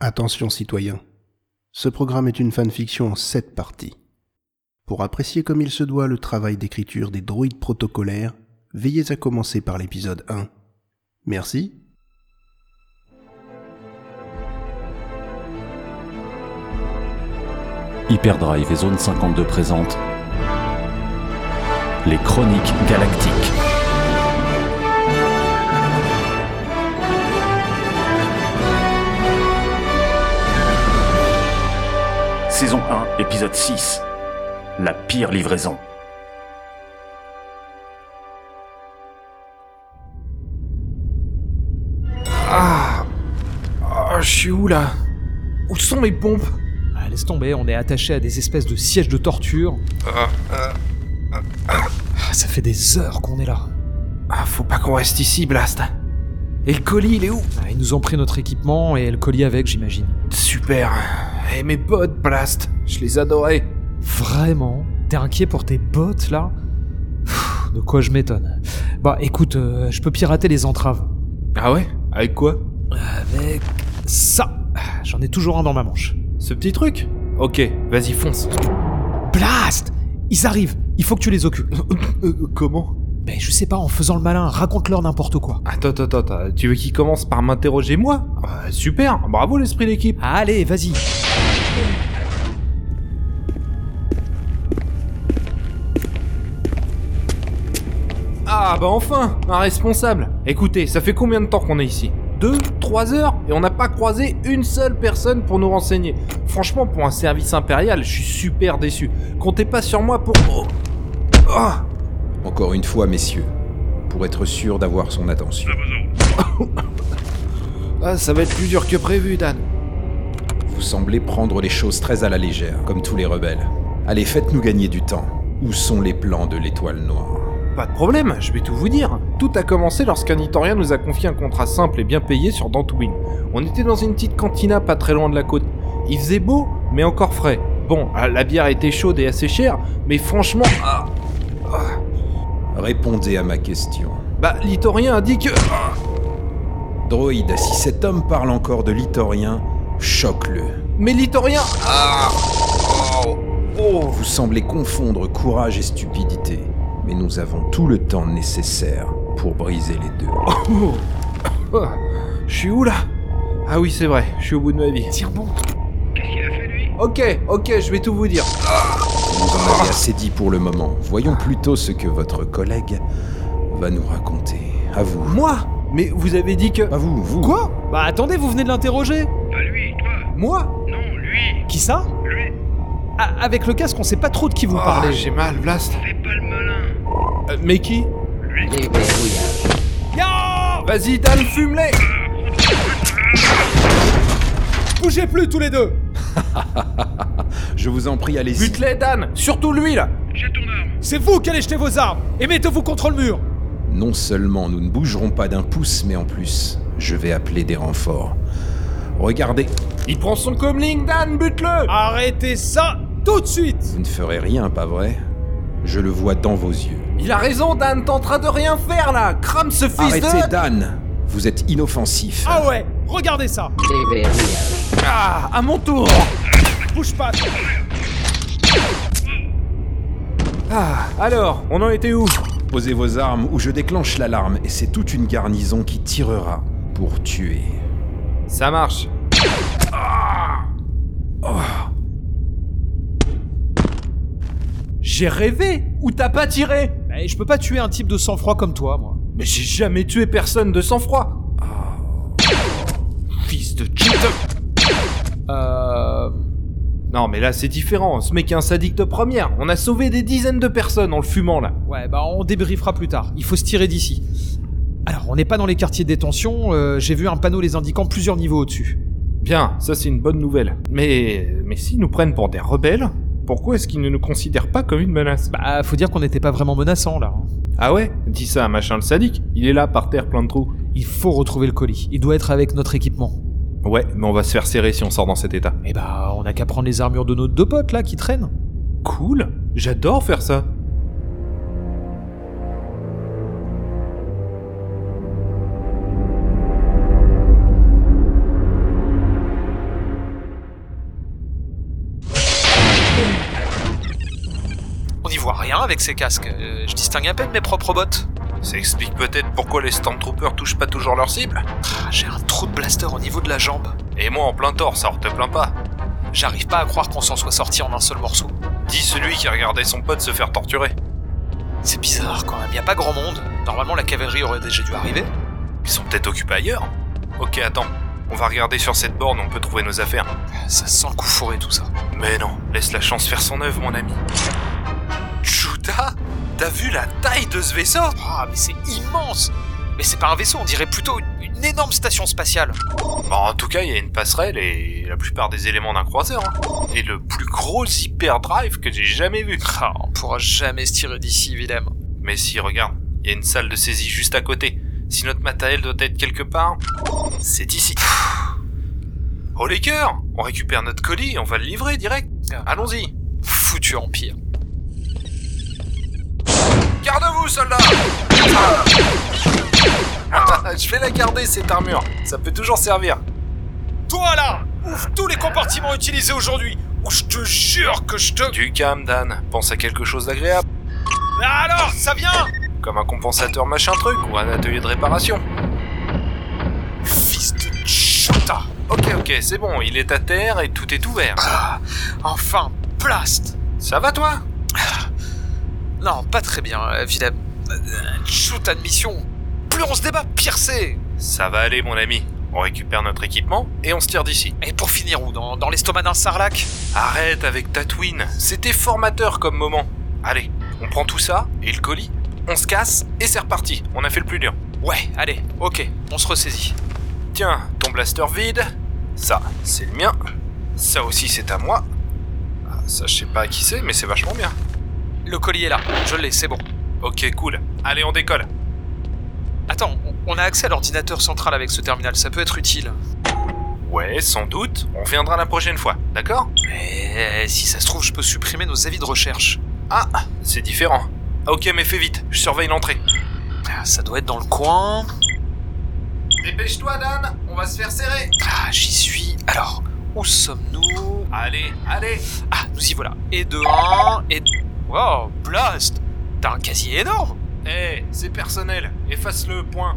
Attention citoyens, ce programme est une fanfiction en 7 parties. Pour apprécier comme il se doit le travail d'écriture des droïdes protocolaires, veillez à commencer par l'épisode 1. Merci Hyperdrive et Zone 52 présentent Les Chroniques Galactiques. Saison 1, épisode 6. La pire livraison. Ah, je suis où là Où sont mes pompes Ah, laisse tomber, on est attaché à des espèces de sièges de torture. Ah, ça fait des heures qu'on est là. Ah, faut pas qu'on reste ici, Blast. Et le colis, il est où Ah, ils nous ont pris notre équipement et le colis avec, j'imagine. Super. Et mes bottes, Blast. Je les adorais. Vraiment T'es inquiet pour tes bottes là Pff, De quoi je m'étonne. Bah écoute, euh, je peux pirater les entraves. Ah ouais Avec quoi Avec ça Ah, J'en ai toujours un dans ma manche. Ce petit truc Ok, vas-y, fonce. Blast Ils arrivent Il faut que tu les occupes. Euh, comment Ben je sais pas, en faisant le malin, raconte-leur n'importe quoi. Attends, attends, attends, attends. Tu veux qu'il commence par m'interroger moi Ah, Super, bravo l'esprit d'équipe. Allez, vas-y Ah bah enfin, un responsable. Écoutez, ça fait combien de temps qu'on est ici deux, trois heures, et on n'a pas croisé une seule personne pour nous renseigner. Franchement, pour un service impérial, je suis super déçu. Comptez pas sur moi pour... Oh. Ah. Encore une fois, messieurs, pour être sûr d'avoir son attention. Ah, ça va être plus dur que prévu, Dan. Vous semblez prendre les choses très à la légère, comme tous les rebelles. Allez, faites-nous gagner du temps. Où sont les plans de l'étoile noire Pas de problème, je vais tout vous dire. Tout a commencé lorsqu'un Itorien nous a confié un contrat simple et bien payé sur Dantooine. On était dans une petite cantina pas très loin de la côte. Il faisait beau, mais encore frais. Bon, ah, la bière était chaude et assez chère, mais franchement... ah, Répondez à ma question. bah, l'Itorien a dit que... ah, Droïde, si cet homme parle encore de l'itorien, choque-le. mais l'Itorien... ah, oh, oh. Vous semblez confondre courage et stupidité, mais nous avons tout le temps nécessaire pour briser les deux. Oh. Ah, Je suis où là Ah oui, c'est vrai, je suis au bout de ma vie. Tiens bon Ok, ok, je vais tout vous dire. Vous en avez assez dit pour le moment. Voyons plutôt ce que votre collègue va nous raconter. À vous. Moi Mais vous avez dit que... À vous, vous. Quoi Bah attendez, vous venez de l'interroger Moi Qui ça Ah, Avec le casque, on sait pas trop de qui vous parlez. Oh, j'ai mal, Blast. Fais pas le malin. Euh, mais qui Yo Vas-y, Dan, fume-les Bougez plus tous les deux Je vous en prie, allez-y. Bute-les, Dan Surtout lui, là C'est vous qui allez jeter vos armes et mettez-vous contre le mur Non seulement nous ne bougerons pas d'un pouce, mais en plus, je vais appeler des renforts. Regardez, Il prend son comlink, Dan, bute-le Arrêtez ça tout de suite vous ne ferez rien, pas vrai Je le vois dans vos yeux. Il a raison, Dan, t'es en train de rien faire, là Crame ce fils Arrêtez, de... Dan Vous êtes inoffensif. Ah ouais Regardez ça Ah, à mon tour Bouge pas Ah, alors, on en était où Posez vos armes ou je déclenche l'alarme, et c'est toute une garnison qui tirera pour tuer. Ça marche. Ah. Oh. J'ai rêvé ou t'as pas tiré Eh, Je peux pas tuer un type de sang-froid comme toi, moi. Mais j'ai jamais tué personne de sang-froid Ah. Fils de cheater Euh... Non mais là c'est différent, ce mec est un sadique de première, on a sauvé des dizaines de personnes en le fumant là. Ouais, bah on débriefera plus tard. Il faut se tirer d'ici. Alors, on n'est pas dans les quartiers de détention. euh, J'ai vu un panneau les indiquant plusieurs niveaux au-dessus. Bien, ça c'est une bonne nouvelle. Mais mais s'ils nous prennent pour des rebelles, pourquoi est-ce qu'ils ne nous considèrent pas comme une menace Bah, faut dire qu'on n'était pas vraiment menaçant, là. hein. Ah ouais Dis ça à machin le sadique, il est là par terre plein de trous. Il faut retrouver le colis. Il doit être avec notre équipement. Ouais, mais on va se faire serrer si on sort dans cet état. Eh bah, on n'a qu'à prendre les armures de nos deux potes là qui traînent. Cool, j'adore faire ça. rien avec ces casques. Euh, je distingue à peine mes propres bottes. Ça explique peut-être pourquoi les Stormtroopers touchent pas toujours leur cible. Ah, J'ai un trou de blaster au niveau de la jambe. Et moi en plein tort, ça te plaint pas. J'arrive pas à croire qu'on s'en soit sorti en un seul morceau. Dis celui qui regardait son pote se faire torturer. C'est bizarre quand même, y a pas grand monde. Normalement la cavalerie aurait déjà dû arriver. Ils sont peut-être occupés ailleurs. Ok, attends. On va regarder sur cette borne, on peut trouver nos affaires. Ça sent le coup fourré tout ça. Mais non, laisse la chance faire son œuvre, mon ami. Judas T'as vu la taille de ce vaisseau Ah mais c'est immense Mais c'est pas un vaisseau, on dirait plutôt une, une énorme station spatiale. Bah, En tout cas, il y a une passerelle et la plupart des éléments d'un croiseur. hein. Et le plus gros hyperdrive que j'ai jamais vu. Ah, on pourra jamais se tirer d'ici évidemment. Mais si, regarde, il y a une salle de saisie juste à côté. Si notre matériel doit être quelque part, c'est ici. Oh les cœurs On récupère notre colis et on va le livrer direct. Allons-y. Foutu empire. Garde-vous, soldat Ah, Je vais la garder, cette armure. Ça peut toujours servir. Toi là Ouvre tous les compartiments utilisés aujourd'hui Ou je te jure que je te... Du calme, Dan. Pense à quelque chose d'agréable. Ah alors, ça vient Comme un compensateur machin truc ou un atelier de réparation. Fils de Chota Ok, ok, c'est bon. Il est à terre et tout est ouvert. Enfin, blast Ça va, toi Non, pas très bien, euh, évidemment. Euh, Shoot admission. Plus on se débat, pire c'est. Ça va aller, mon ami. On récupère notre équipement et on se tire d'ici. Et pour finir où Dans, dans l'estomac d'un sarlac Arrête avec Tatooine, c'était formateur comme moment. Allez, on prend tout ça et le colis, on se casse et c'est reparti, on a fait le plus dur. Ouais, allez, ok, on se ressaisit. Tiens, ton blaster vide, ça c'est le mien, ça aussi c'est à moi. Ah, Ça je sais pas à qui c'est mais c'est vachement bien. Le collier est là, je l'ai, c'est bon. Ok cool, allez on décolle. Attends, on- on a accès à l'ordinateur central avec ce terminal, ça peut être utile. Ouais sans doute, on reviendra la prochaine fois, d'accord Mais si ça se trouve, je peux supprimer nos avis de recherche. Ah, c'est différent. Ah, ok mais fais vite, je surveille l'entrée. Ah, Ça doit être dans le coin. Dépêche-toi Dan, on va se faire serrer. Ah, j'y suis. Alors, où sommes-nous Allez, allez. Ah, nous y voilà. Et de 1, et... Wow, blast T'as un casier énorme Eh, c'est personnel, efface le point.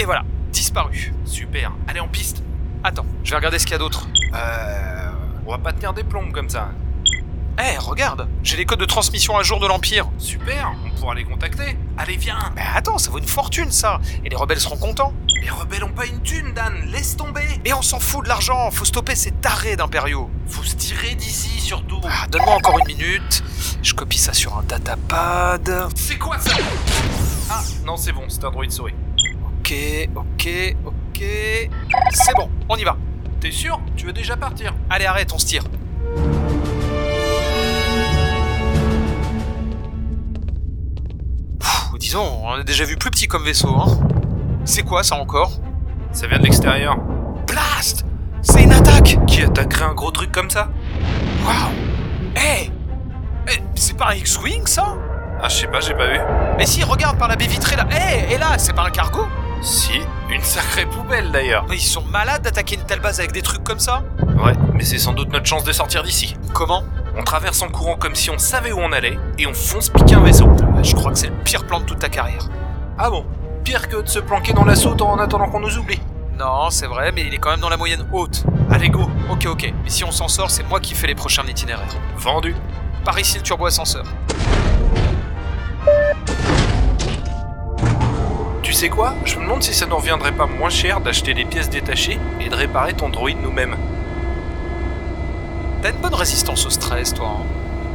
Et voilà, disparu. Super, allez en piste. Attends, je vais regarder ce qu'il y a d'autre. Euh, on va pas tenir des plombes comme ça. Eh, regarde, j'ai les codes de transmission à jour de l'Empire. Super, on pourra les contacter. Allez, viens. Mais attends, ça vaut une fortune ça Et les rebelles seront contents Les rebelles ont pas une thune, Dan. Laisse tomber. Mais on s'en fout de l'argent, faut stopper ces tarés d'impériaux Faut se tirer d'ici, surtout. Ah, Donne-moi encore une minute, je copie ça sur un datapad. C'est quoi ça Ah, non, c'est bon, c'est un droïde souris. Ok, ok, ok. C'est bon, on y va. T'es sûr Tu veux déjà partir Allez, arrête, on se tire. Pfff, disons, on en a déjà vu plus petit comme vaisseau, hein. C'est quoi ça encore Ça vient de l'extérieur. Blast C'est une attaque Qui attaquerait un gros truc comme ça Waouh Eh Eh, C'est pas un X-Wing ça Ah, je sais pas, j'ai pas vu. Mais si, regarde par la baie vitrée là Eh Et là, c'est pas un cargo Si, une sacrée poubelle d'ailleurs. Mais Ils sont malades d'attaquer une telle base avec des trucs comme ça Ouais, mais c'est sans doute notre chance de sortir d'ici. Comment On traverse en courant comme si on savait où on allait et on fonce piquer un vaisseau. Bah, Je crois que c'est le pire plan de toute ta carrière. Ah bon Pire que de se planquer dans l'assaut en attendant qu'on nous oublie. Non, c'est vrai, mais il est quand même dans la moyenne haute. Allez, go Ok, ok. Mais si on s'en sort, c'est moi qui fais les prochains itinéraires. Vendu. Par ici, le turbo-ascenseur. Tu sais quoi Je me demande si ça ne reviendrait pas moins cher d'acheter des pièces détachées et de réparer ton droïde nous-mêmes. T'as une bonne résistance au stress, toi. hein.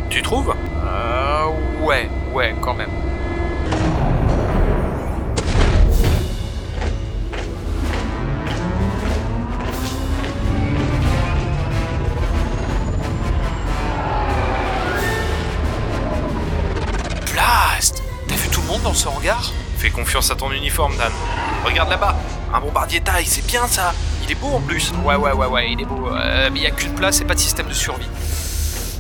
Tu trouves Euh, ouais, ouais, quand même. Blast T'as vu tout le monde dans ce hangar Fais confiance à ton uniforme, Dan. Regarde là-bas Un bombardier taille, c'est bien ça Il est beau en plus Ouais, ouais, ouais, ouais, il est beau. Euh, mais il n'y a qu'une place et pas de système de survie.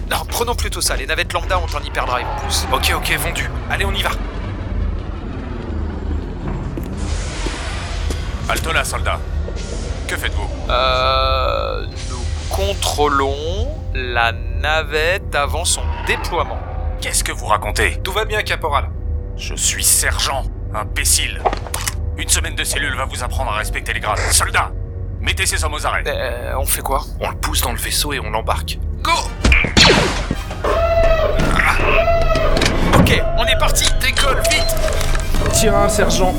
Non, prenons plutôt ça. Les navettes lambda ont un hyperdrive en plus. Ok, ok, vendu. Allez, on y va Halte là, soldat. Que faites-vous Euh, nous contrôlons la navette avant son déploiement. Qu'est-ce que vous racontez Tout va bien, caporal. Je suis sergent, imbécile. Une semaine de cellule va vous apprendre à respecter les grades. Soldats, mettez ces hommes aux arrêts. Euh, on fait quoi On le pousse dans le vaisseau et on l'embarque. Go Ah. Ok, on est parti, décolle, vite Tiens, sergent.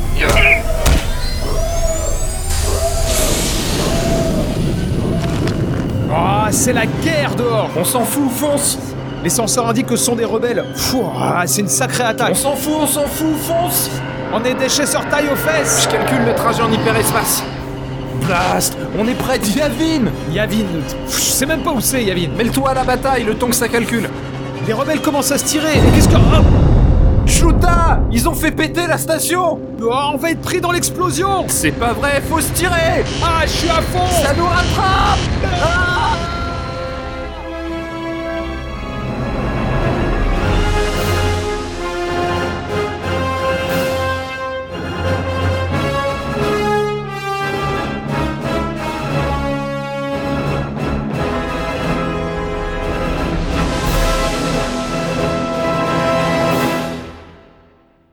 Oh, c'est la guerre dehors On s'en fout, fonce Les senseurs indiquent que ce sont des rebelles. Fou, ah, c'est une sacrée On attaque. s'en fout, on s'en fout, fonce On est des chasseurs taille aux Je fesses. calcule le trajet en hyperespace. Blast On est près Yavin Yavin, pff, je sais même pas où c'est Yavin. Mêle-toi à la bataille, le temps que ça calcule. Les rebelles commencent à se tirer. Et qu'est-ce que... Oh, Shoota Ils ont fait péter la station oh, on va être pris dans l'explosion. C'est pas vrai, faut se tirer Ah, je suis à fond Ça nous rattrape